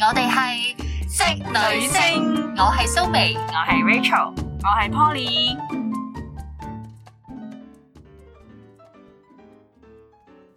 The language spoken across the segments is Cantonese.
我哋係職女星，我係蘇眉，我係 Rachel，我係 Poly。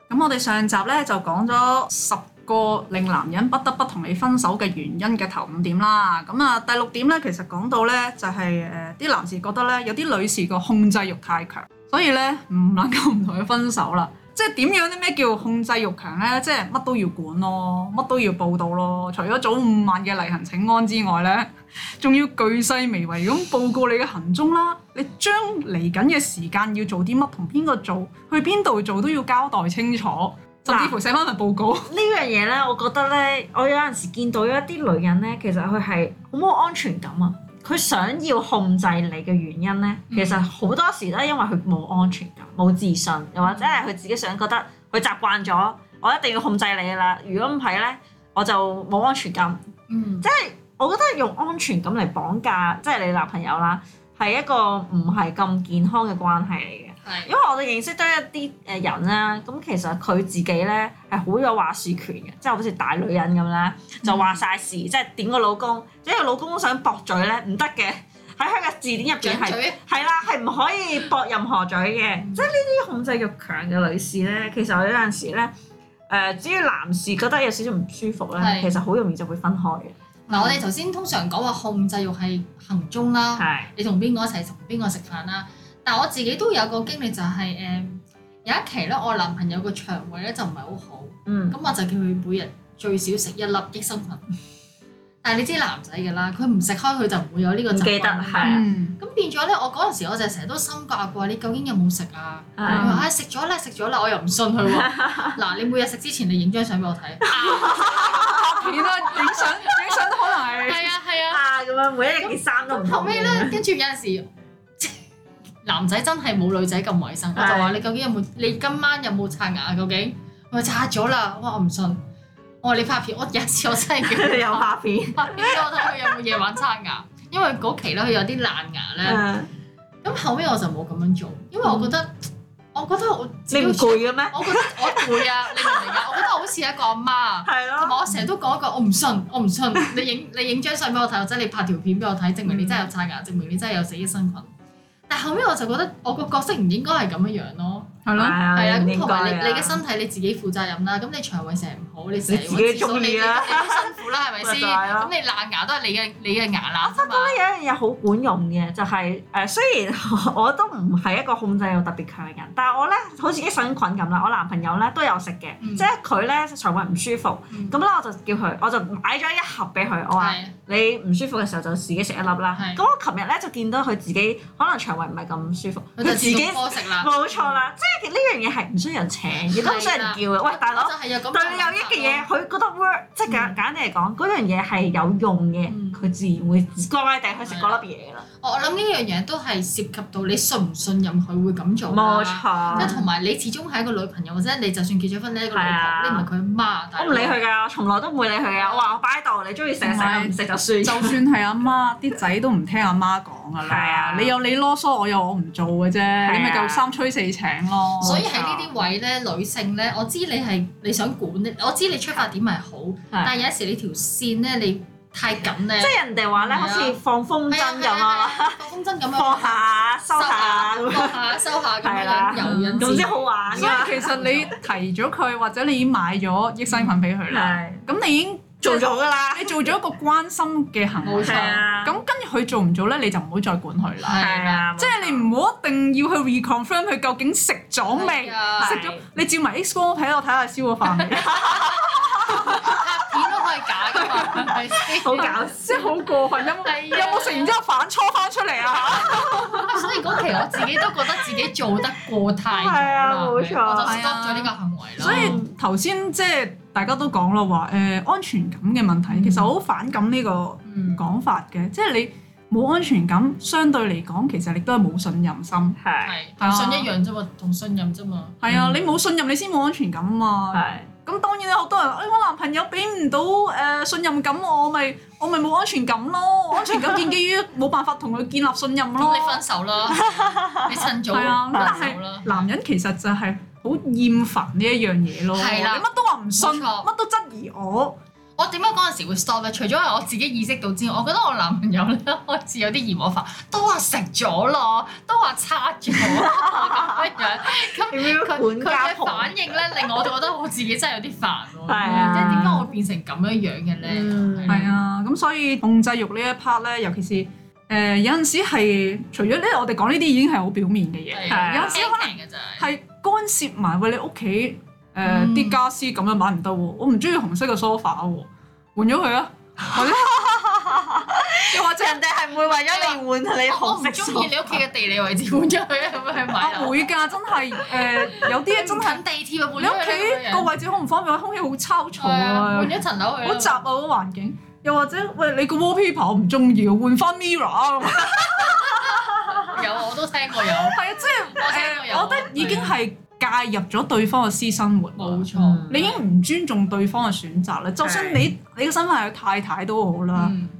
咁我哋上集咧就講咗十個令男人不得不同你分手嘅原因嘅頭五點啦。咁啊，第六點咧其實講到咧就係誒啲男士覺得咧有啲女士個控制欲太強，所以咧唔能夠唔同佢分手啦。 即係點樣啲咩叫控制欲強咧？即係乜都要管咯，乜都要報到咯。除咗早午晚嘅例行請安之外咧， 仲要巨細靡遺咁報告你嘅行蹤啦。你將嚟緊嘅時間要做啲乜，同邊個做，去邊度做都要交代清楚，甚至乎寫翻份報告。呢樣嘢咧，我覺得咧，我有陣時見到一啲女人咧，其實佢係好冇安全感啊。佢想要控制你嘅原因咧，嗯其實好多時都係因為佢冇安全感、冇自信，又或者係佢自己想覺得佢習慣咗，我一定要控制你㗎啦。如果唔係咧，我就冇安全感。嗯，即係我覺得用安全感嚟綁架，即係你男朋友啦，係一個唔係咁健康嘅關係嚟嘅。因為我哋認識得一啲誒人啦，咁其實佢自己咧係好有話事權嘅，即係好似大女人咁啦，就話晒事，即係點個老公，即係個老公想駁嘴咧唔得嘅，喺佢嘅字典入邊掌係嘴係啦，係唔可以駁任何嘴嘅，即係呢啲控制欲強嘅女士咧，其實有陣時咧。誒、至於男士覺得有少少唔舒服咧，係其實好容易就會分開嘅，嗱，我哋頭先通常講話控制欲係行蹤啦。係你同邊個一齊食，同邊個食飯啦。但我自己都有個經歷就係、嗯有一期咧，我男朋友個腸胃咧就唔係好好，嗯咁我就叫佢每日最少食一粒益生菌。但係你知男仔㗎啦，佢唔食開佢就唔會有呢個唔習慣。記得係啊嗯，咁變咗咧，我嗰陣時我就成日都心掛掛，你究竟有冇食啊？嗯佢係話唉食咗啦，食咗啦，我又唔信 佢喎。嗱，你每日食之前你影張相俾我睇。片啦，影相影相都可能係係啊係啊。啊咁樣每一件衫都唔後同尾嘅咧，跟住有陣時男仔真係冇女仔咁衞生，我就話係你究竟有冇？你今晚有冇刷牙？啊究竟？佢話刷咗啦。我話我唔信。我話你拍片，我有一次我 真係叫佢有拍片，拍片俾我睇佢有冇夜晚刷牙，因為嗰期咧佢有啲爛牙咧。嗯咁後尾我就冇咁樣做，因為我覺得我覺得我自你己唔攰嘅咩？我覺得 我攰啊，你明唔明啊？我覺得我好似一個阿媽啊，係同埋咯，我成日都講一句，我唔信，我唔信。你影 你影張相俾我睇，或者你拍條片俾我睇，證嗯明你真係有刷牙，證明你真係有死益生菌。但後尾我就覺得我個角色唔應該係咁樣樣咯，係咯，係啊，唔咁應同該埋你啊你嘅身體你自己負責任啦。咁你腸胃成日唔好，你成日你自己中意啊你你都辛苦啦，係咪咪先？就係咁咯你爛牙都係你嘅你嘅牙罅啫嘛。有一樣嘢好管用嘅，就係、誒，雖然我都唔係一個控制欲特別強嘅人，但係我咧好似益生菌咁啦，我男朋友咧都有食嘅，嗯即係佢咧腸胃唔舒服，嗯咁咧、我就叫佢，我就買咗一盒俾佢，我話係啊你唔舒服嘅時候就自己食一粒啦係。咁我琴日咧就見到佢自己可能腸胃唔係咁舒服，佢佢就自己科食啦，冇錯啦，即係呢樣嘢係唔需要人請，亦都唔需要人叫嘅。 喂，大佬我。就係有咁對你有益嘅嘢，佢覺得 work，即係簡嗯簡單嚟講，嗰樣嘢係有用嘅嗯，佢自然會乖乖地去食嗰粒嘢啦。我諗呢樣嘢都係涉及到你信唔信任佢會咁做啦冇即係錯，同埋你始終係一個女朋友，或者你就算結咗婚，你係一個女係啊朋友，你唔係佢阿媽。大我佬唔理佢㗎，我從來都唔會理佢㗎。我話我擺喺度，你中意食就唔係食，唔食就算。 就算係阿媽，啲仔都唔聽阿媽講噶係啦啊。你有你囉嗦，我有我唔做嘅啫。你咪夠三吹四請咯。所以喺呢啲位咧，女性咧，我知你係你想管，我知你出發點係好，但係有時你條線咧，你太緊咧即，係人哋話咧，係啊好似放風係啊箏咁啊，，係啊係啊放風箏咁樣放下收下咁樣，收下收下咁係樣啦樣遊引總之自好玩所㗎以嘛。其實你 提咗佢，或者你已經買咗益生菌俾佢啦。係啊咁你已經做咗㗎啦，你做咗一個關心嘅行為冇。錯係啊，咁跟住佢做唔做咧，你就唔好再管佢啦。係啊，即係你唔好一定要去 reconfirm 佢究竟食咗未係，啊食咗你照埋 X 光睇我睇下燒咗飯未，拍片都可以假㗎嘛，係咪先好搞笑。即係好過分，有冇係有啊冇食完之後反搓翻出嚟啊？所以嗰期我自己都覺得自己做得過太咗係啦，啊冇錯我就 stop 咗呢個行為啦。所以頭先即係大家都講啦，話誒、安全感嘅問題，其實我好反感呢個嗯講法嘅，即係你冇安全感，相對嚟講其實你都係冇信任心。係係同信一樣啫嘛，同信任啫嘛。嗯係啊，你冇信任你先冇安全感啊嘛。係。咁當然有好多人話，哎，我男朋友俾唔到誒信任感我，我咪我咪冇安全感咯。安全感建基於冇辦法同佢建立信 任咯咁。你分手啦，你趁早係啊，咁分手啦但。係男人其實就係好厭煩呢一樣嘢咯。係啦你乜都話唔信，冇錯乜都質疑我，我點解嗰陣時會 stop 咧？除咗係我自己意識到之外，我覺得我男朋友咧開始有啲嫌我煩，都話食咗咯，都話差咗咁樣。咁點樣 佢管佢家嘅婆反應咧，令我覺得我自己真係有啲煩喎。係啊即係點解我會變成咁樣樣嘅咧？嗯係啊係啊，咁所以控制欲呢一 part 咧，尤其是誒、呃有陣時係除咗呢，我哋講呢啲已經係好表面嘅嘢，係啊有陣時可能輕嘅就係。係干涉埋喂你屋企誒嗯啲家私咁樣買唔得喎，我唔中意紅色嘅 sofa 喎，換咗佢啊，或者又或者人哋係唔會為咗你換你啊我紅唔色中意你屋企嘅地理位置換咗佢，咁樣去 買啊樓。會㗎，真係誒、有啲唔真 係近地鐵啊，換你咗屋佢企啦個位置好唔方便，空氣好吵咁樣嘈係啊啊換。咗層樓去啦。好雜啊個環境，又或者喂你個 wallpaper 我唔中意，換翻 mirror 啊咁。有啊，我都聽過有。係啊，即我聽過係有誒，我覺得已經係介入咗對方嘅私生活。冇錯。嗯你已經唔尊重對方嘅選擇啦。就算你你嘅身份係太太都好啦，呢嗯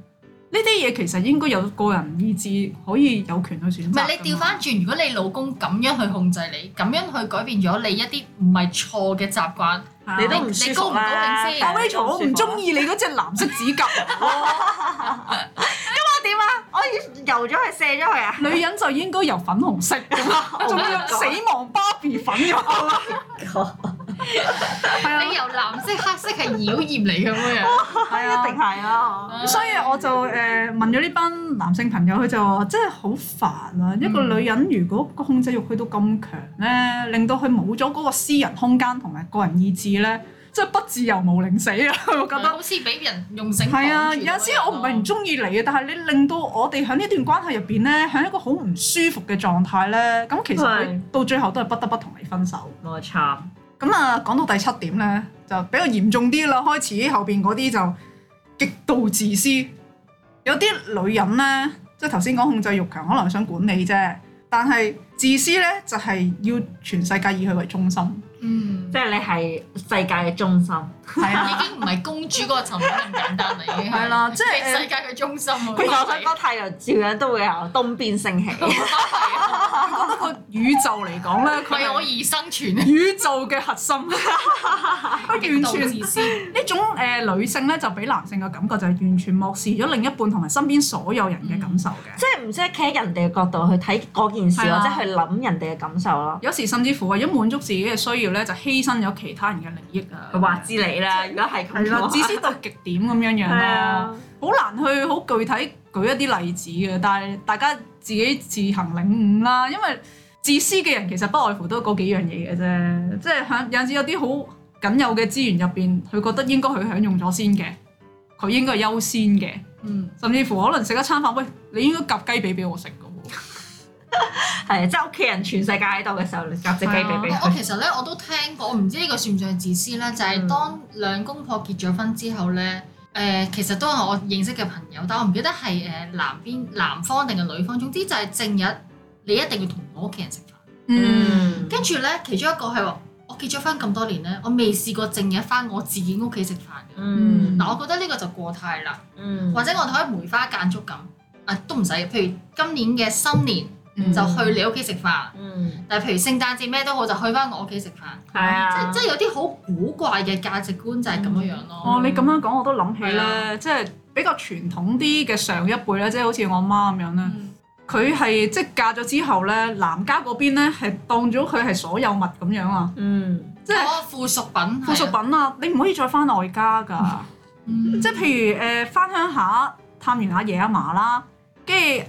啲嘢其實應該有個人意志可以有權去選擇㗎唔嘛。係你調翻轉，如果你老公咁樣去控制你，咁樣去改變咗你一啲唔係錯嘅習慣，係啊，你都都唔舒服啦啦。但 Rachel，我唔啊中意你嗰隻藍色指甲，啊 我點啊？我游咗佢，射咗佢啊！女人就應該由粉紅色， 仲要死亡芭比粉咁。係啊哦你由藍色黑色係妖豔嚟啊咁樣樣。係啊一定係啦。咁所以我就誒、呃、問咗呢班男性朋友，佢就話：真係好煩啊！一個嗯女人如果個控制欲去到咁強咧，令到佢冇咗嗰個私人空間同埋個人意志咧，即係不自由無寧死啊！ 我覺覺得得好似俾人用繩係啊，嗯綁住有陣時我唔係唔中意你啊，但係你令到我哋喺呢段關係入邊咧，喺一個好唔舒服嘅狀態咧，咁其實佢係到最後都係不得不同你分手。冇錯，咁啊，講到第七點咧，就比較嚴重啲啦。開始後邊嗰啲就極度自私，有啲女人咧，即係頭先講控制欲強，可能想管理啫，但係自私咧就係、要全世界以佢為中心，嗯即。係你係世界嘅中心。係啊。已經唔係公主嗰個層面咁簡單啦，已經係啦即係你世界嘅中心啊！其實我想講，太陽照樣都會由東邊升 起。覺得個宇宙嚟講 咧，佢啊為我係而生存啊！宇宙嘅核心，佢極完度全自私，呢種誒、呃女性咧就俾男性嘅感覺就係完全漠視咗另一半同埋身邊所有人嘅感受嘅。即係唔識企喺人哋嘅角度去睇嗰件事，係啊或者去諗人哋嘅感受咯。有時甚至乎為咗滿足自己嘅需要咧，就犧牲咗其他人嘅利益啊。佢話知你啦，如果係咁係啦，自知私到極點咁樣樣係啦，啊，好難去好具體舉一啲例子嘅，但係大家自己自行領悟啦。因為自私嘅人其實不外乎都嗰幾樣嘢嘅啫，即係響有陣時有啲好僅有嘅資源入邊，佢覺得應該佢享用咗先嘅，佢應該係優先嘅，嗯，甚至乎可能食一餐飯，喂，你應該夾雞髀俾我食嘅喎。係啊，即係屋企人全世界喺度嘅時候，你夾隻雞髀俾我我佢。其實咧我都聽過，我唔知呢個算唔算係自私咧？就係、嗯當兩公婆結咗婚之後咧，誒、其實都係我認識嘅朋友，但我唔記得係誒男邊男方定係女方，總之就係正日你一定要同我屋企人食飯。Ừ. 嗯，跟住咧，其中一個係話我結咗婚咁多年咧，我未試過正日翻我自己屋企食飯嘅。Ừ. 嗯嗱、我覺得呢個就過態啦，嗯，或者我哋可以梅花間竹咁，啊都唔使，譬如今年嘅新年嗯就去你屋企食飯，嗯，但係譬如聖誕節咩都好，就去翻我屋企食飯。係啊，即即係有啲好古怪嘅價值觀就係咁樣樣咯。哦，你咁樣講我都諗起係咧，啊即係比較傳統啲嘅上一輩咧，即係好似我媽咁樣咧。嗯佢係即係嫁咗之後咧，男家嗰邊咧係當咗佢係所有物咁樣啊，嗯，即係哦附屬品，附屬嗯品啊，你唔可以再翻外家㗎。品即係譬如誒翻、鄉下探完阿爺阿嫲啦，跟住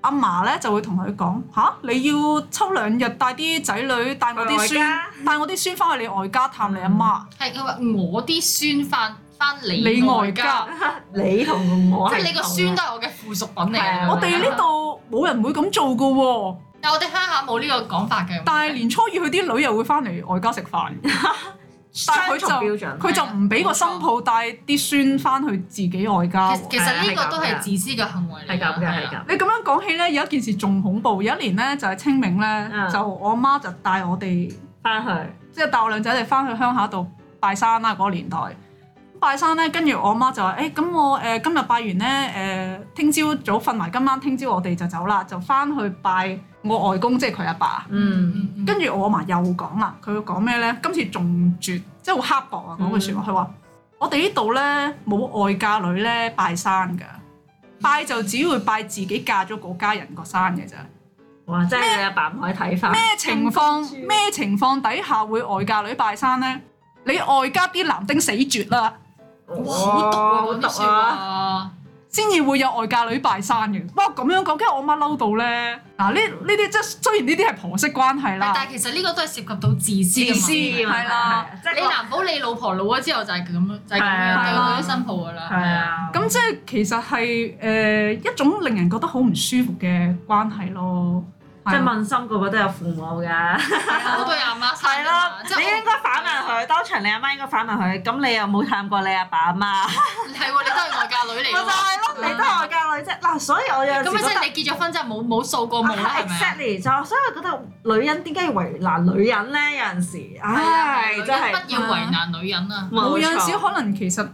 阿嫲咧就會同佢講吓，你要抽兩日帶啲仔女帶我啲去外孫家帶我啲孫翻去你外家探你阿媽，係佢話我啲孫翻翻你你外家家，。你同我即係你個孫都係我嘅附屬品嚟係嘅。啊我哋呢，度冇人會咁做㗎喎，但我哋鄉下冇呢個講法嘅。但係年初二佢啲女又會翻嚟外家食飯。但係佢就 雙重標準。佢就唔俾個新抱帶啲孫翻去自己外家啊其其喎。實呢個都係自私嘅行為嚟係㗎。咁嘅，係啊咁。你咁樣講起咧，有一件事仲恐怖。有一年咧就係清明咧，嗯就我媽就帶我哋，翻去，即係帶我兩仔哋翻去鄉下度拜山啦。嗰個年代拜山咧，跟住我媽就話：，誒、哎咁我誒、今日拜完咧，誒聽朝早瞓埋，今晚聽朝我哋就走啦，就翻去拜我外公，即係佢阿爸。嗯，嗯嗯跟住我阿嫲又講啦，佢講咩咧？今次仲絕，即係好刻薄啊！講句説話，佢話、我哋呢度咧冇外嫁女咧拜山㗎，拜就只會拜自己嫁咗嗰家人個山嘅咋。哇！真係你阿爸唔可以睇法。咩情況咩情況底下會外嫁女拜山咧？你外家啲男丁死絕啦，哇！哦好毒啊！好嗰毒啲説啊！話，先至會有外嫁女拜山嘅。哇！咁樣講，跟住我媽嬲到咧。嗱，呢呢啲即係雖然呢啲係婆媳關係啦，但係其實呢個都係涉及到自私嘅自私問題係啦，即係你難保你老婆老咗之後就係咁咯，就係咁係樣啊掉到啲新抱㗎啦。係啊，咁即係其實係誒、呃一種令人覺得好唔舒服嘅關係咯。即係係啊問心個個都有父母㗎。我對阿媽生係㗎嘛咯，即係你我應該反問佢，當場你阿媽應該反問佢，咁你有冇探過你阿爸阿媽？係喎，你都係外嫁女嚟我就㗎喎。係咯，你都係我教女啫。嗱，所以我有咁時咪即覺得係你結咗婚之後冇冇掃過墓啦，係咪啊？ exactly 就所以我覺得女人點解要為難女人咧？有陣時，唉，係啊真女人係嗯不要為難女人啊！冇有陣時可能其實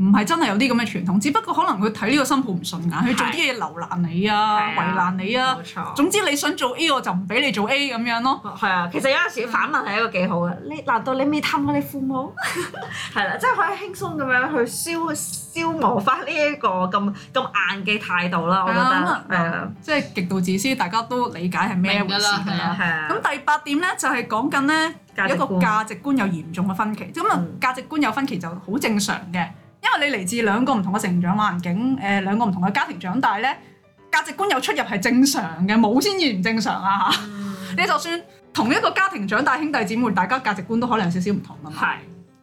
唔係真係有啲咁嘅傳統，只不過可能佢睇呢個新抱唔順眼，佢做啲嘢留難你啊、係啊為難你啊。冇錯。總之你想做 A 我就唔俾你做 A 咁樣咯。係啊，其實有陣嗯時反問係一個幾好嘅。你難道你未探過你父母？ 係啦，即係可以輕鬆咁樣去消消磨翻呢一個咁咁硬嘅態度啦。我覺係啊得係啊，即係極度自私，大家都理解係咩回事明㗎㗎啦係啦啊。係啊。咁第八點咧就係講緊咧價值有一個觀價值觀有嚴重嘅分歧，咁啊嗯價值觀有分歧就好正常嘅，因為你嚟自兩個唔同嘅成長環境，誒、兩個唔同嘅家庭長大咧，價值觀有出入係正常嘅，冇先至唔正常啊嗯嚇！你就算同一個家庭長大兄弟姊妹，大家價值觀都可能有少少唔同啊嘛。係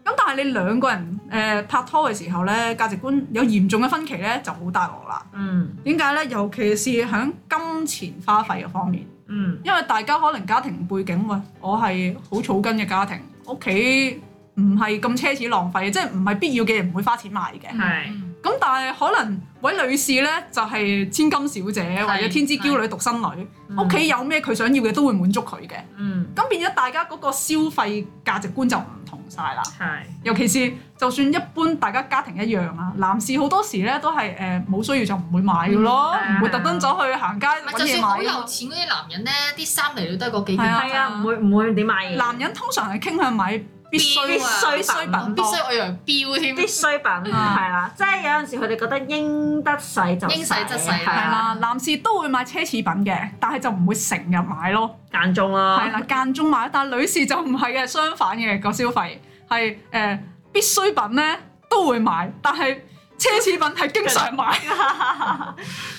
咁但係你兩個人誒、拍拖嘅時候咧，價值觀有嚴重嘅分歧咧，就好大鑊啦。嗯點解咧？尤其是喺金錢花費嘅方面。嗯因為大家可能家庭背景，喂，我係好草根嘅家庭，屋企唔係咁奢侈浪費，即係唔係必要嘅嘢唔會花錢買嘅。嗯係嗯咁、但係可能位女士呢，就係、千金小姐或者天之嬌女、獨生女，嗯屋企有咩佢想要嘅都會滿足佢嘅。嗯咁變咗大家嗰個消費價值觀就唔同晒啦。係尤其是就算一般大家家庭一樣啊，男士好多時呢都係誒冇需要就唔會買嘅咯，唔、嗯會特登走去行街咪揾就嘢算買好㗎有嘛。錢嗰啲男人咧，啲衫嚟到都係嗰幾件，係啊係啊，唔會唔會點買嘢？男人通常係傾向買必需必需必需品品必多須我以為標添，必需品係啊啦，即係有陣時佢哋覺得應得使就應使則使係啊係啦，啦，男士都會買奢侈品嘅，但係就唔會成日買咯，間中啦，係啦，間中買，但係女士就唔係嘅，相反嘅個消費係誒、呃必需品咧都會買，但係奢侈品係經常買，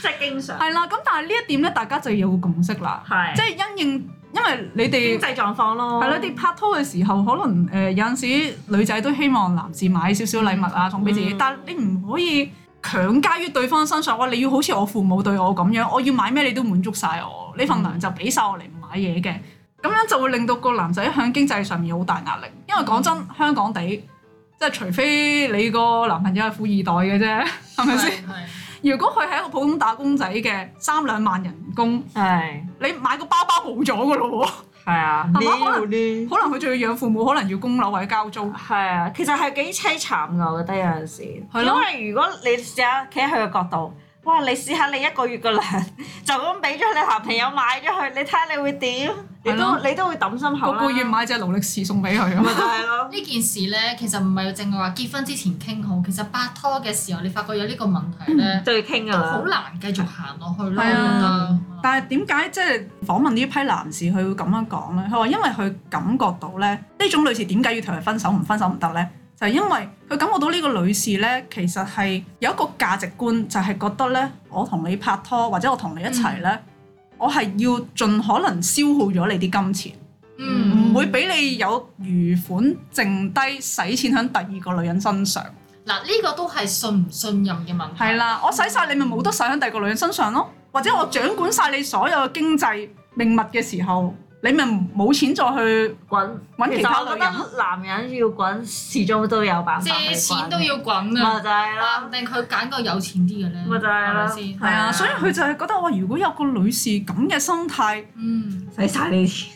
即係經常係啦，咁但係呢一點咧，大家就要有個共識啦，係即即係係因應，因為你經哋。濟狀況咯，係啦，你拍拖嘅時候，可能誒、呃有陣時女仔都希望男士買少少禮物啊，送俾自己，嗯但你唔可以強加於對方身上。哇！你要好似我父母對我咁樣，我要買咩你都滿足晒我，呢份糧就俾晒我嚟買嘢嘅，咁樣就會令到個男仔喺經濟上面好大壓力。因為講真，香港地即係除非你個男朋友係富二代嘅啫，係咪先？係如果佢係一個普通打工仔嘅三兩萬人工，係你買個包包冇咗㗎咯喎！係啊，係嘛可撩啲可能佢仲要養父母，可能要供樓或者交租。係啊，其實係幾凄慘㗎，我覺得有陣時，係因咯為如果你試下企喺佢嘅角度。哇！你試下你一個月個糧 就咁俾咗你男朋友買咗佢，你睇下你會點？你係都咯你都會抌心口個啦。個月買隻勞力士送俾佢啊咪嘛。就係咯，呢件事咧，其實唔係淨係話結婚之前傾好，其實拍拖嘅時候，你發覺有呢個問題咧，都要傾㗎啦好。難繼續行落去咯。係我啊覺得但係點解即係訪問呢批男士，佢會咁樣講咧？佢話因為佢感覺到咧，呢種女士點解要同佢分手，唔分手唔得咧？就係、因為佢感覺到呢個女士咧，其實係有一個價值觀，就係、覺得咧，我同你拍拖或者我同你一齊咧，我係要盡可能消耗咗你啲金錢。唔、嗯，會俾你有餘款剩低使錢喺第二個女人身上，嗱呢個都係信唔信任嘅問題。係啦，我使晒你咪冇得使喺第二個女人身上咯，或者我掌管晒你所有嘅經濟命脈嘅時候，你咪冇錢再去滾揾其其實他我女覺人。得男人要滾，始終都有辦法去滾嘅借錢都要滾啊！咪就係話啦唔，定佢揀個有錢啲嘅咧，咪就係啦係咪先係啊，所以佢就係覺得哇，如果有個女士咁嘅心態，嗯，使晒呢啲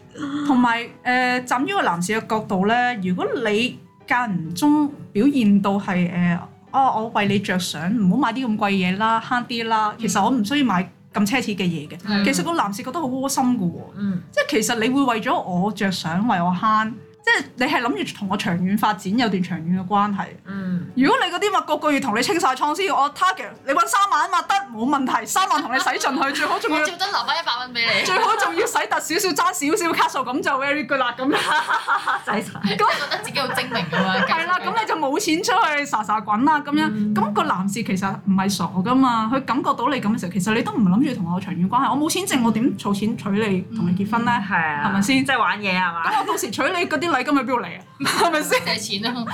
同埋誒站於個男士嘅角度咧，如果你間唔中表現到係誒、呃啊，我為你着想，唔好買啲咁貴嘢啦，慳啲啦，其實我唔需要買咁奢侈嘅嘢嘅。係啊其實個男士覺得好窩心嘅喎。嗯即係其實你會為咗我着想，為我慳，即係你係諗住同我長遠發展有段長遠嘅關係。嗯，如果你嗰啲咪個個月同你清晒倉先，我 target 你揾三萬啊嘛，得冇問題，三萬同你使盡佢，最好仲要我照得留翻一百蚊俾你，最好仲要使突少少，爭少少卡數咁就 very good 啦咁樣。黑仔晒。即係覺得自己好精明咁樣。係啦，咁你就冇錢出去撒撒滾啦，咁樣，嗯咁、個男士其實唔係傻噶嘛，佢感覺到你咁嘅時候，其實你都唔諗住同我長遠關係，我冇錢剩，我點儲錢娶你同你結婚咧？係啊，係咪先即係玩嘢係嘛？咁我到時娶你嗰啲禮金喺邊度 嚟啊？係咪先？借錢咯，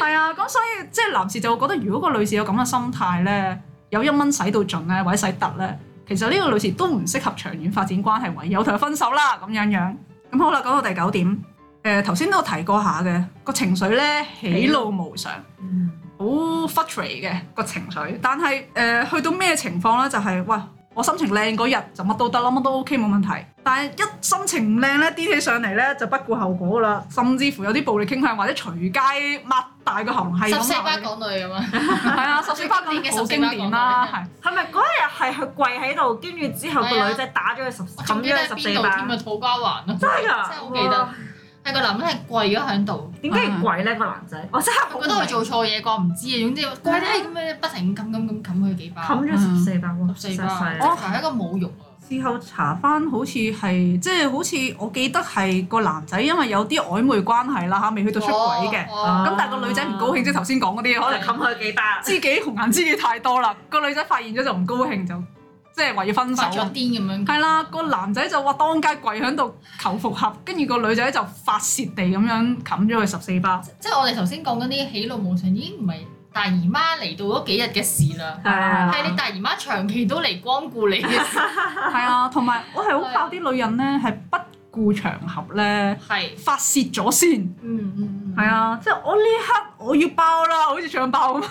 係啊，咁所以即係男士就會覺得，如果個女士有咁嘅心態咧，有一蚊使到盡咧，或者使突咧，其實呢個女士都唔適合長遠發展關係，唯有同佢分手啦咁樣樣。咁好啦，講到第九點，誒頭先都有提過下嘅個情緒咧，喜怒無常。嗯好 frustrate 嘅個情緒，但係誒、呃去到咩情況咧？就係、喂，我心情靚嗰日就乜都得啦，乜都 OK 冇問題。但係一心情唔靚咧，癲起上嚟咧就不顧後果啦，甚至乎有啲暴力傾向或者隨街擘大個喉嚨係十咁四鬧巴你。港女咁啊，係啊，十四巴咁好經典啦，係係咪嗰一日係佢跪喺度，跟住之後係個啊女仔打咗佢十我仲冚記咗得佢喺十邊四度添啊，巴？土瓜灣咯，真係㗎，真係好記得哇。係個男人係跪咗喺度。點解要跪咧個男仔？我真係好覺得佢做錯嘢啩，唔知啊。總之跪低咁樣，不停咁咁咁冚佢幾巴，冚咗十四巴喎，嗯十四實巴，細我係一個侮辱啊！事後查翻好似係即係好似我記得係個男仔因為有啲曖昧關係啦嚇，未去到出軌嘅，咁、哦，哦哦但係個女仔唔高興，即係頭先講嗰啲可可能能冚佢幾巴。知己紅顏知己太多啦，個女仔發現咗就唔高興，就即係話要分手發咗啊癲。咁樣。係啦，個男仔就話當街跪喺度求復合，跟住個女仔就發泄地咁樣冚咗佢十四巴。即係我哋頭先講嗰啲喜怒無常已經唔係大姨媽嚟到嗰幾日嘅事啦，係啊係你大姨媽長期都 嚟光顧你嘅事，係啊，同埋我係好靠啲女人咧，係不顧場合咧係，發泄咗先。嗯嗯嗯，係，啊，即係我呢刻我要爆啦，好似唱爆咁。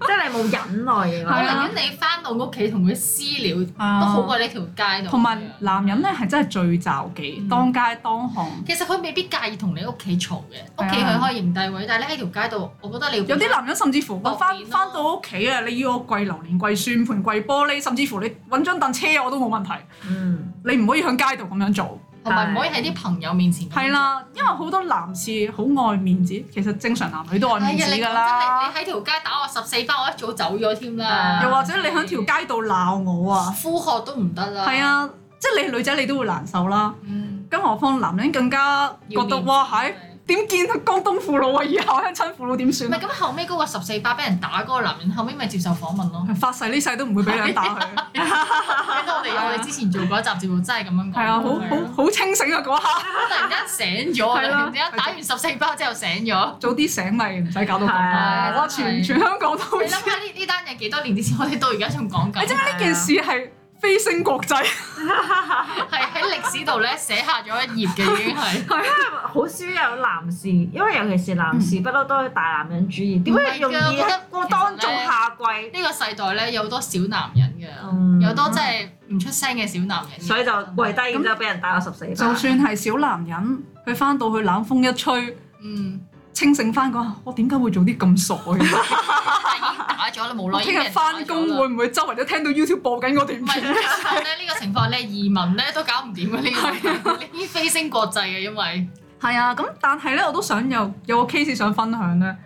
即係你冇忍耐嘅係我話，啊寧願你翻到屋企同佢私了，都好啊，過你條街度。同埋男人咧係真係最罩忌，嗯當街當巷。其實佢未必介意同你屋企嘈嘅，係啊屋企佢可以認低位，但係你喺條街度，我覺得你有啲男人甚至乎我翻薄面咯翻到屋企啊，你要我跪榴蓮、跪蒜盤、跪玻璃，甚至乎你揾張凳車我都冇問題。嗯，你唔可以喺街度咁樣做，同埋唔可以喺啲朋友面前。係啦，因為好多男士好愛面子，其實正常男女都哎呀，愛面子你㗎講啦。真你你喺條街打我十四巴，我一早走咗添啦。啊又或者你喺條街度鬧我啊，呼喝都唔得啦。係，啊，即係你女仔你都會難受啦。嗯，更何況男人更加覺要得面子哇，係點見江東父老啊，以後鄉親父老點唔算係啊？咁後尾嗰個十四巴俾人打嗰個男人，後尾咪接受訪問 咯。發誓呢世都唔會俾人打佢。喺我哋我哋之前做過一集節目，真係咁樣講。係啊，好好好清醒啊嗰刻。突然間醒咗，啊突係啦然間打完十四巴之後醒咗。早啲醒咪唔使搞到咁係啦，真哇！係啊全全香港都你知。諗下呢呢單嘢幾多年之前，我哋到而家仲講緊 你。知唔知呢件事係飛升國啊際？係喺歷史度咧寫下咗一頁嘅已經係， 好少有男士，因為尤其是男士不嬲都係大男人主義，點解容易嗯唔係㗎我覺喺得我當眾下跪？呢個世代咧有好多小男人嘅，嗯有好多真係唔出聲嘅小男人嘅。所以就跪低，然之後俾人打咗十四巴。就算係小男人，佢翻到去冷風一吹，嗯，清醒翻講：我點解會做啲咁傻嘅？但係已經打咗啦，無我耐已經聽日俾人打咗啦翻工會唔會周圍都聽到 YouTube 播緊嗰唔段係片？呢個情況咧，呢個情況咧移民咧都搞唔掂嘅啊呢個，呢啲飛升國際嘅，因為係啊，咁但係咧，我都想有有個 case 想分享咧，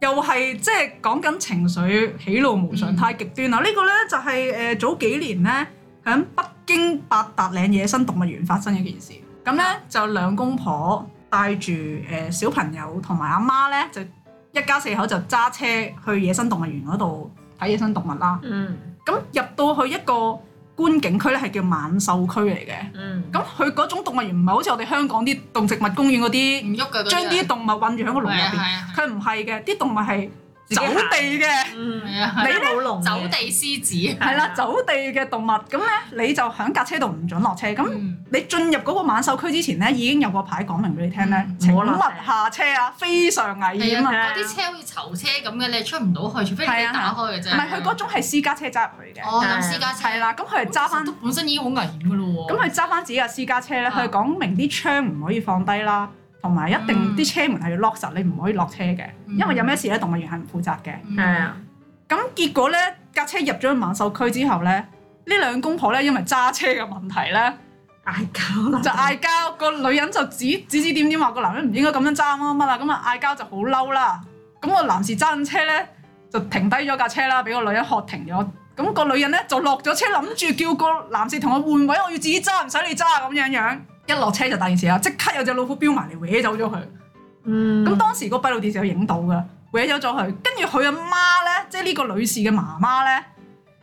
又係即係講緊情緒喜怒無常嗯太極端啊啦。呢個咧就係、誒、早幾年咧喺北京八達嶺野生動物園發生一件事。咁咧就兩公婆帶住誒、小朋友同埋阿媽咧，就一家四口就揸車去野生動物園嗰度睇野生動物啦。嗯咁入到去一個觀景區咧，係叫猛獸區嚟嘅。嗯，咁佢嗰種動物園唔係好似我哋香港啲動植物公園嗰啲唔喐嘅嗰將人啲動物韞住喺個籠入係啊係邊。啊佢唔係嘅，啲動物係自己走行地嘅，嗯，係啊，你你呢冇龍嘅走地獅子，係啦，係 啊走地嘅動物。咁咧，你就喺架車度唔準落車。咁嗯你進入嗰個猛獸區之前咧，已經有個牌講明俾你聽咧嗯，請唔好落勿車下車啊，非常危險係啊！啊，嗰啲車好似囚車咁嘅，你出唔到去，除非你係啊係啊打開嘅啫。唔係佢嗰種係私家車揸入去嘅，哦，有私家車係。啦。咁佢係揸翻，都咁本身已經好危險噶咯喎。佢揸翻自己嘅私家車咧，啊佢係講明啲窗唔可以放低啦，同埋一定嗯啲車門係要 lock 實，你唔可以落車嘅，嗯因為有咩事咧，動物園係唔負責嘅。嗯係啊，咁結果咧，架車入咗去猛獸區之後咧，呢兩公婆咧因為揸車嘅問題咧，嗌交啦，就嗌交，個女人就指指指點點話個男人唔應該咁樣揸乜乜啦，咁啊嗌交就好嬲啦。咁個男士揸緊車咧就停低咗架車啦，俾個女人喝停咗。咁個女人咧就落咗車，諗住叫個男士同我換位，我要自己揸，唔使你揸咁樣樣。一落車就大件事啦，即刻有隻老虎飆埋嚟搲走咗佢。嗯，咁當時個閉路電視有影到噶，搲咗咗佢，跟住佢阿媽咧，即係呢個女士嘅媽媽咧，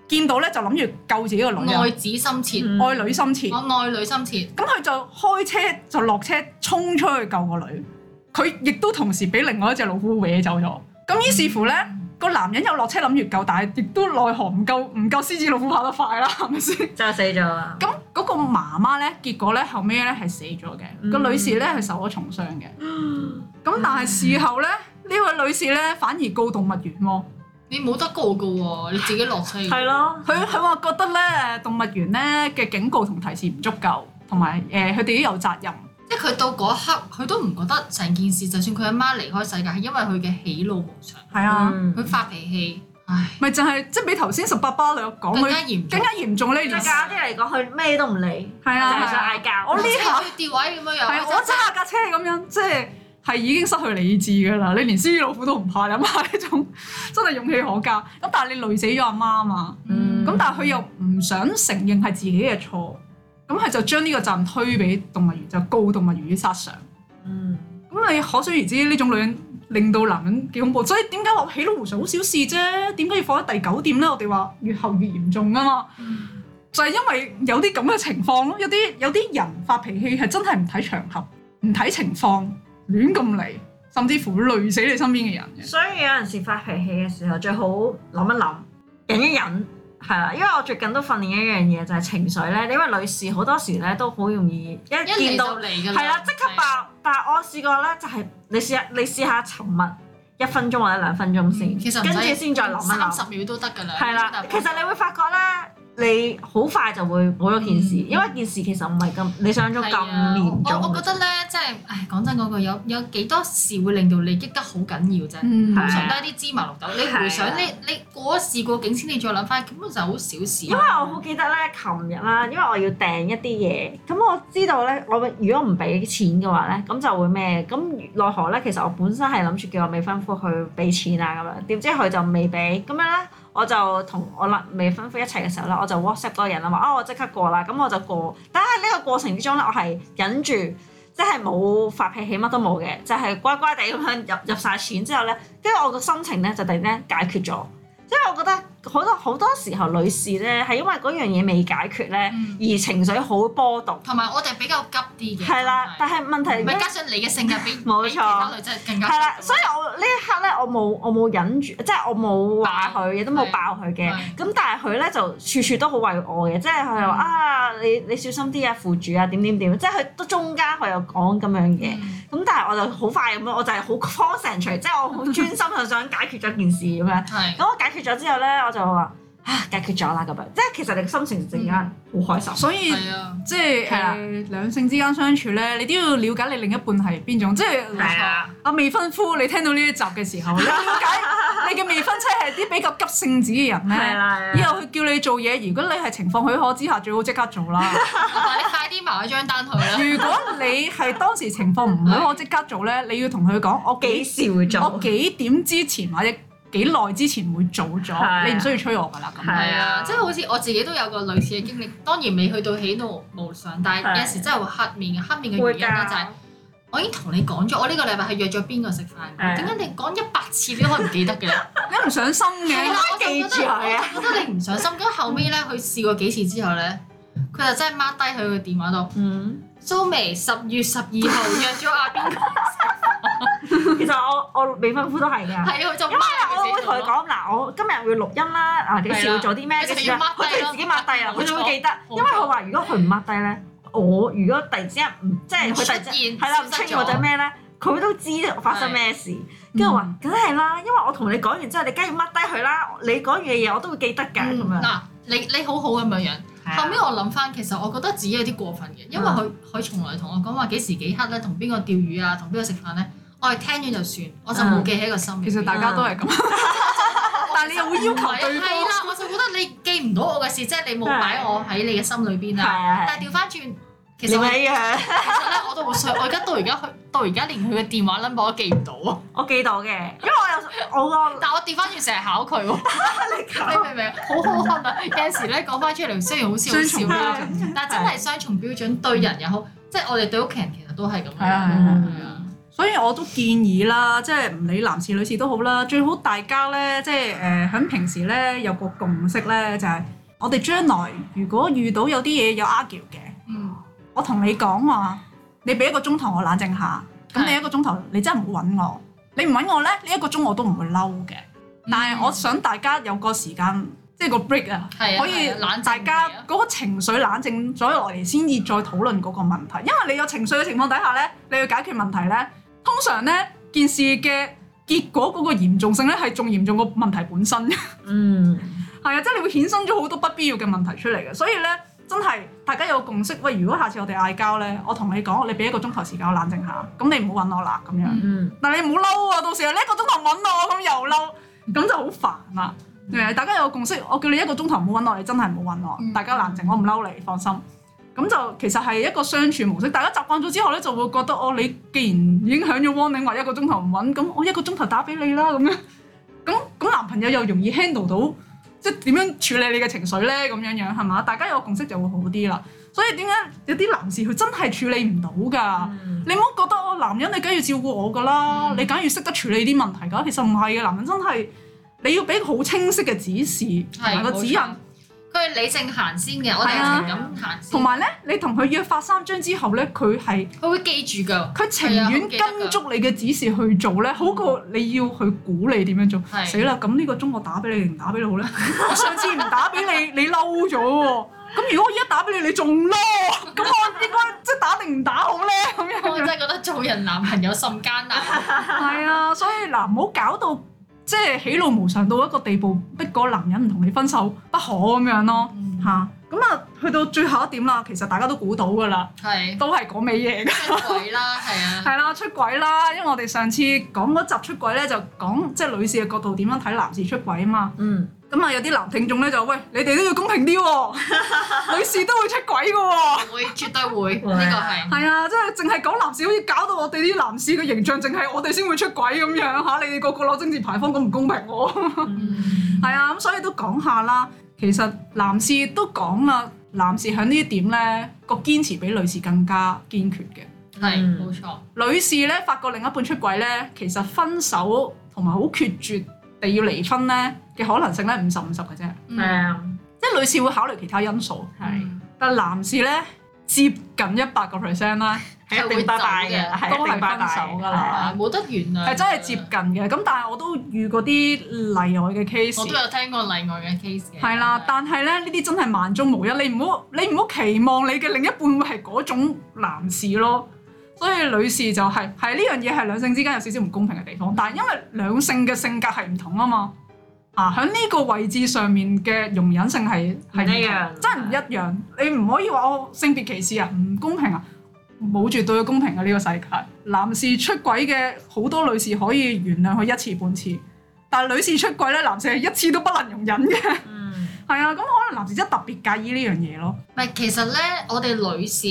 見到咧就諗住救自己個女人，愛子心切，嗯愛女心切。我愛女心切，咁佢就開車就落車衝出去救個女，佢亦都同時俾另外一隻老虎搲走咗。咁於是乎咧，嗯個男人又落車諗住救，但係亦都奈何唔夠唔夠獅子老虎跑得快啦，係咪先？就死咗啊啦。咁嗰個媽媽咧，結果咧後尾咧係死咗嘅，個、嗯女士咧係受咗重傷嘅。咁但係事後咧，呢位女士咧反而告動物園喎，你冇得告噶喎，你自己落車。係咯，佢佢話覺得咧動物園咧嘅警告同提示唔足夠，同埋呃誒佢哋都有責任。即係佢到嗰一刻，佢都唔覺得成件事，就算佢阿媽離開世界，係因為佢嘅喜怒無常，係啊，嗯佢發脾氣，唉，咪就係即係比頭先十八巴兩講更佢加嚴更重。加嚴重呢即件係事。簡單啲嚟講，佢咩都唔理，係就啊，係嗯係想啊嗌交。我呢下好似跌位咁樣樣，係啊，我揸架車咁樣，即係係已經失去理智㗎啦。你連獅子老虎都唔怕，你諗下呢種 真係勇氣可嘉。咁但係你累死咗阿媽啊嘛，嗯咁、但係佢又唔想承認係自己嘅錯，咁佢就將呢個責任推俾動物園，就告動物園於殺傷。嗯，咁你可想而知呢種女人令到男人幾恐怖，所以點解話喜怒無常好小事啫？點解要放喺第九點咧？我哋話越後越嚴重啊嘛，就係因為有啲咁嘅情況咯，有啲有啲人發脾氣係真係唔睇場合，唔睇情況，亂咁嚟，甚至乎會累死你身邊嘅人嘅。所以有陣時發脾氣嘅時候，最好諗一諗，忍一忍，係啊啦。因為我最近都訓練一樣嘢，就係情緒咧。因為女士好多時咧都好容易一一見嚟到就嚟㗎啦，啊係啦，啊即刻爆。但係我試過咧，就係你試下，你試下沉默一分鐘或者兩分鐘先，嗯其實唔跟使住先再諗一三諗。十秒都得㗎啦。係啦，其實你會發覺咧，你好快就會冇咗件事，嗯因為件事其實唔係咁你想咗係咁啊嚴我我重覺。得咧，即係唉，講真嗰句，有有幾多事會令到你激得好緊要啫？嗯，通係常都係啲芝麻綠豆。你係啊回想你你過咗事過境先，你再諗翻，根本就好小事。因為我好記得咧，琴日啊啦，因為我要訂一啲嘢，咁我知道咧，我如果唔俾錢嘅話咧，咁就會咩？咁奈何咧，其實我本身係諗住叫我未婚夫去俾錢啊，咁樣，點知佢就未俾，咁樣咧，我就同我男未婚夫一齊嘅時候咧，我就 WhatsApp 嗰個人啦，話啊我即刻過啦，咁我就過，但係呢個過程之中咧，我係忍住，即係冇發脾氣，乜都冇嘅，就係乖乖地咁樣入入曬錢之後咧，跟住我個心情咧就突然間解決咗。即係我覺得好多好多時候女士咧係因為嗰樣嘢未解決咧，嗯而情緒好波動。同埋我哋比較急啲嘅。係啦，但係問題唔係加上你嘅性格比冇錯比其他女真係更加係啦，所以我呢一刻咧，我冇我冇忍住，即係我冇話佢，亦都冇爆佢嘅。係咁但係佢咧就處處都好為我嘅，即係佢又話嗯啊，你你小心啲啊，扶住啊，點點點，即係佢都中間佢又講咁樣嘅。嗯咁但係我就好快咁樣，我就係好 concentrate，即係我好專心就想解決咗件事咁樣。係咁我解決咗之後咧，我就話啊解決咗啦咁樣，即係其實你嘅心情突嗯然間好開心。所以係啊，即係係啦誒兩性之間相處咧，你都要了解你另一半係邊種，即係。係啊，阿未婚夫，你聽到呢一集嘅時候，你了解你嘅未婚妻係啲比較急性子嘅人係咧。啦，以係啦後佢叫你做嘢，如果你係情況許可之下，最好即刻做啦。但係你快啲埋咗張單去啦。如果你係當時情況唔許可即刻做咧，你要同佢講我幾幾時會我做？幾點之前或者幾耐之前會做咗，係你唔需要催我噶啦咁。係係啊，啊即係好似我自己都有個類似嘅經歷，當然未去到喜怒無常，但係係有時真係會黑面嘅。黑面嘅會原因咧㗎就係我已經同你講咗，我呢個禮拜係約咗邊個食飯，係點解你講一百次你都可以唔記得嘅？ 你唔上心係啦嘅，，我就記覺住得佢啊！我覺得你唔上心。咁後尾咧，佢試過幾次之後咧，佢就真係 mark 低佢個電話度，嗯，蘇眉十月十二號約咗阿邊個？ 其實我我未婚夫都係㗎。係啊，佢就因為 mark 我佢會自己同佢度咯講嗱，我今日會錄音啦，嗱幾時要做啲咩，係啦幾時要佢就要 mark 佢低咯就啊自己 mark 低啦，佢就會記得冇錯，因為佢話如果佢唔 mark 低咧，我如果突然之間唔即係佢突然之出現間係啦唔消失清咗或者咩咧，佢都知道發生咩事，跟住我話梗係啦，因為我同你講完之後，你梗係要 mark 低佢啦，你講完嘅嘢我都會記得㗎咁嗯樣。嗱，你你好好咁樣樣。啊後尾我諗翻，其實我覺得自己有啲過分嘅，因嗯為佢佢從來同我講話幾時幾刻咧，同邊個釣魚啊，同邊個食飯咧，我係聽咗就算，我就冇記喺個心入邊。嗯其實大家都係咁，但係你又會要求對方。係啦，我就覺得你記唔到我嘅事，即係你冇擺我喺你嘅心裏邊係啊。啊係啊但係調翻轉，其實我你咪一樣，其實咧我都好衰，我而家到而家去到而家連佢嘅電話 number 我都記唔到啊！我記到嘅，因為我有我個但我調翻轉成日考佢喎， 你明唔明？好好看啊！有陣時咧講翻出嚟，雖然好似好笑啦，雙但真係雙重標準對人又好，即係我哋對屋企人其實都係咁樣。係啊係啊係啊，所以我都建議啦，即係唔理男士女士都好啦，最好大家咧，即係誒喺平時咧有個共識咧，就係、我哋將來如果遇到有啲嘢有 argue 嘅，嗯，我同你講話，你俾一個鐘頭我冷靜下，咁你係一個鐘頭你真係唔好揾我，你唔揾我咧，呢一個鐘我都唔會嬲嘅。嗯但係我想大家有個時間，即係個 break 啊，係啊可以係啊冷靜大家啲啊嗰個情緒冷靜咗落嚟，先至再討論嗰個問題。因為你有情緒嘅情況底下咧，你要解決問題咧，通常咧件事嘅結果嗰個嚴重性咧係仲嚴重過問題本身。嗯係啊，即係你會衍生咗好多不必要嘅問題出嚟嘅，所以咧真係大家有個共識，喂，如果下次我哋嗌交咧，我同你講，你俾一個鐘頭時間我冷靜下，咁你唔好揾我啦咁樣。嗯，但你唔好嬲啊！到時候你一個鐘頭揾我，咁又嬲，咁就好煩啦。明唔明大家有個共識，我叫你一個鐘頭唔好揾我，你真係唔好揾我，嗯大家冷靜，我唔嬲你，放心。咁就其實係一個相處模式，大家習慣咗之後咧，就會覺得哦，你既然已經響咗 warning 話一個鐘頭唔揾，咁哦我一個鐘頭打俾你啦，咁樣，咁咁男朋友又容易 handle 到，即係點樣處理你嘅情緒咧，咁樣樣係嘛？大家有個共識就會好啲啦。所以點解有啲男士佢真係處理唔到嗯㗎？你唔好覺得我男人你梗係要照顧我㗎啦，嗯你梗係要識得處理啲問題㗎。其實唔係嘅，男人真係你要俾個好清晰嘅指示同埋係個指引，佢係理性行先嘅，我哋係啊係情感行先同，埋咧你同佢約法三章之後咧，佢係佢會記 住㗎。嗯佢情願跟足你嘅指示去做咧，好過你要去估你點樣做。係死啦！咁呢個鐘我打俾你定唔打俾你 好咧？我上次唔打俾你，你嬲咗喎。咁如果我而家打俾你，你仲嬲，啊咁我應該即係打定唔打好咧？咁樣。我真係覺得做人男朋友甚艱難。 係啊，所以嗱，唔好搞到即係喜怒無常到一個地步，逼個男人唔同你分手不可咁樣咯嗯嚇。咁啊，去到最後一點啦，其實大家都估到㗎啦，係都係嗰味嘢㗎。出軌啦，係啊，係啦，出軌啦，因為我哋上次講嗰集出軌咧，就講即係女士嘅角度點樣睇男士出軌啊嘛。嗯咁啊，有啲男聽眾咧就喂，你哋都要公平啲喎，女士都會出軌㗎喎。會絕對會呢會個啊係。係啊，即係淨係講男士，好似搞到我哋啲男士嘅形象，淨係我哋先會出軌咁樣嚇，你哋個個攞政治牌坊咁唔公平喎。嗯係啊，咁所以都講下啦。其實男士都講啦，男士喺呢一點咧個堅持比女士更加堅決嘅。係嗯冇錯，女士咧發覺另一半出軌咧，其實分手同埋好決絕地要離婚咧嘅可能性咧五十五十嘅啫。係嗯啊，即係女士會考慮其他因素，嗯係但男士咧接近一百個 percent 啦，係啊一定拜拜嘅，係都一係定拜拜分手㗎㗎啦啦。啊冇得原諒，係真係接近嘅。咁但係我都遇過啲例外嘅我 case 都。有聽過例外嘅 case 嘅。係啦，但係咧呢啲真係萬中無一，你唔好你唔好期望你嘅另一半會係嗰種男士咯。所以女士就係係呢樣嘢係兩性之間有少少唔公平嘅地方，但係因為兩性嘅性格係唔同啊嘛，啊喺呢個位置上面嘅容忍性係係唔唔一樣同真係唔一樣。你唔可以話我性別歧視啊，唔公平啊，冇絕對嘅公平啊呢、個世界。男士出軌嘅好多女士可以原諒佢一次半次，但係女士出軌咧，男士係一次都不能容忍嘅。嗯係啊，咁可能男士真係特別介意呢樣嘢咯。唔係，其實咧，我哋女士，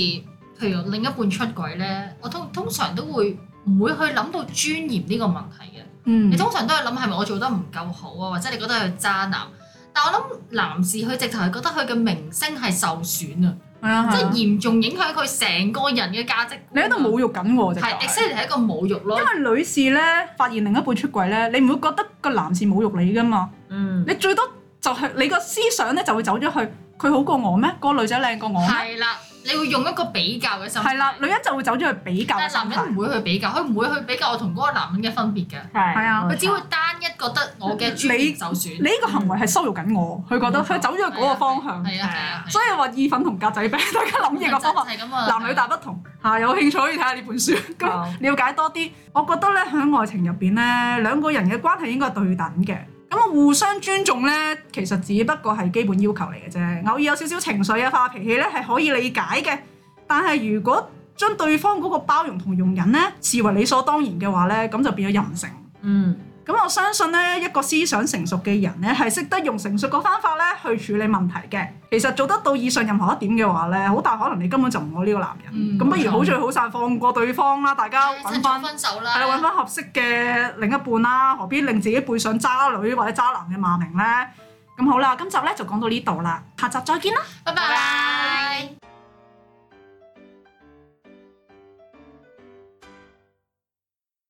譬如另一半出軌咧，我通通常都會唔會去諗到尊嚴呢個問題嘅。嗯你通常都係諗係咪我做得唔夠好啊，或者你覺得佢渣男？啊但我諗男士佢直頭係覺得佢嘅名聲係受損啊，係啊，即係係啊嚴重影響佢成個人嘅價值觀啊。你喺度侮辱緊我，直頭係係 exactly 係一個侮辱咯。因為女士咧發現另一半出軌咧，你唔會覺得個男士侮辱你噶嘛？嗯，你最多就係你個思想咧就會走咗去，佢好過我咩？個女仔靚過我咩？係啦，你會用一個比較嘅心態。係啦，女人就會走咗去比較嘅但心係男人態。唔會去比較，佢唔會去比較我同嗰個男人嘅分別嘅，係係啊佢只會單一覺得我嘅專業受損。你呢個行為係羞辱緊我，佢覺得冇錯佢走咗去嗰個方向，係啊係啊，所以話意粉同格仔餅， 大家諗嘢個方法係咁啊，男女大不同嚇、啊有興趣可以睇下呢本書，咁、好了解多啲。我覺得咧喺愛情入邊咧，兩個人嘅關係應該係對等嘅。咁啊，互相尊重咧，其實只不過係基本要求嚟嘅啫。偶爾有少少情緒啊、發脾氣咧，係可以理解嘅。但係如果將對方嗰個包容同容忍咧視為理所當然嘅話咧，咁就變咗任性。嗯咁我相信咧，一個思想成熟嘅人咧，係識得用成熟嘅方法咧去處理問題嘅。其實做得到以上任何一點嘅話咧，好大可能你根本就唔愛呢個男人。嗯咁、不如好聚好散，放過對方啦，大家揾趁翻早。分手啦，係啊啦，揾翻合適嘅另一半啦，何必令自己背上渣女或者渣男嘅罵名咧？咁好啦，今集咧就講到呢度啦，下集再見啦。拜拜。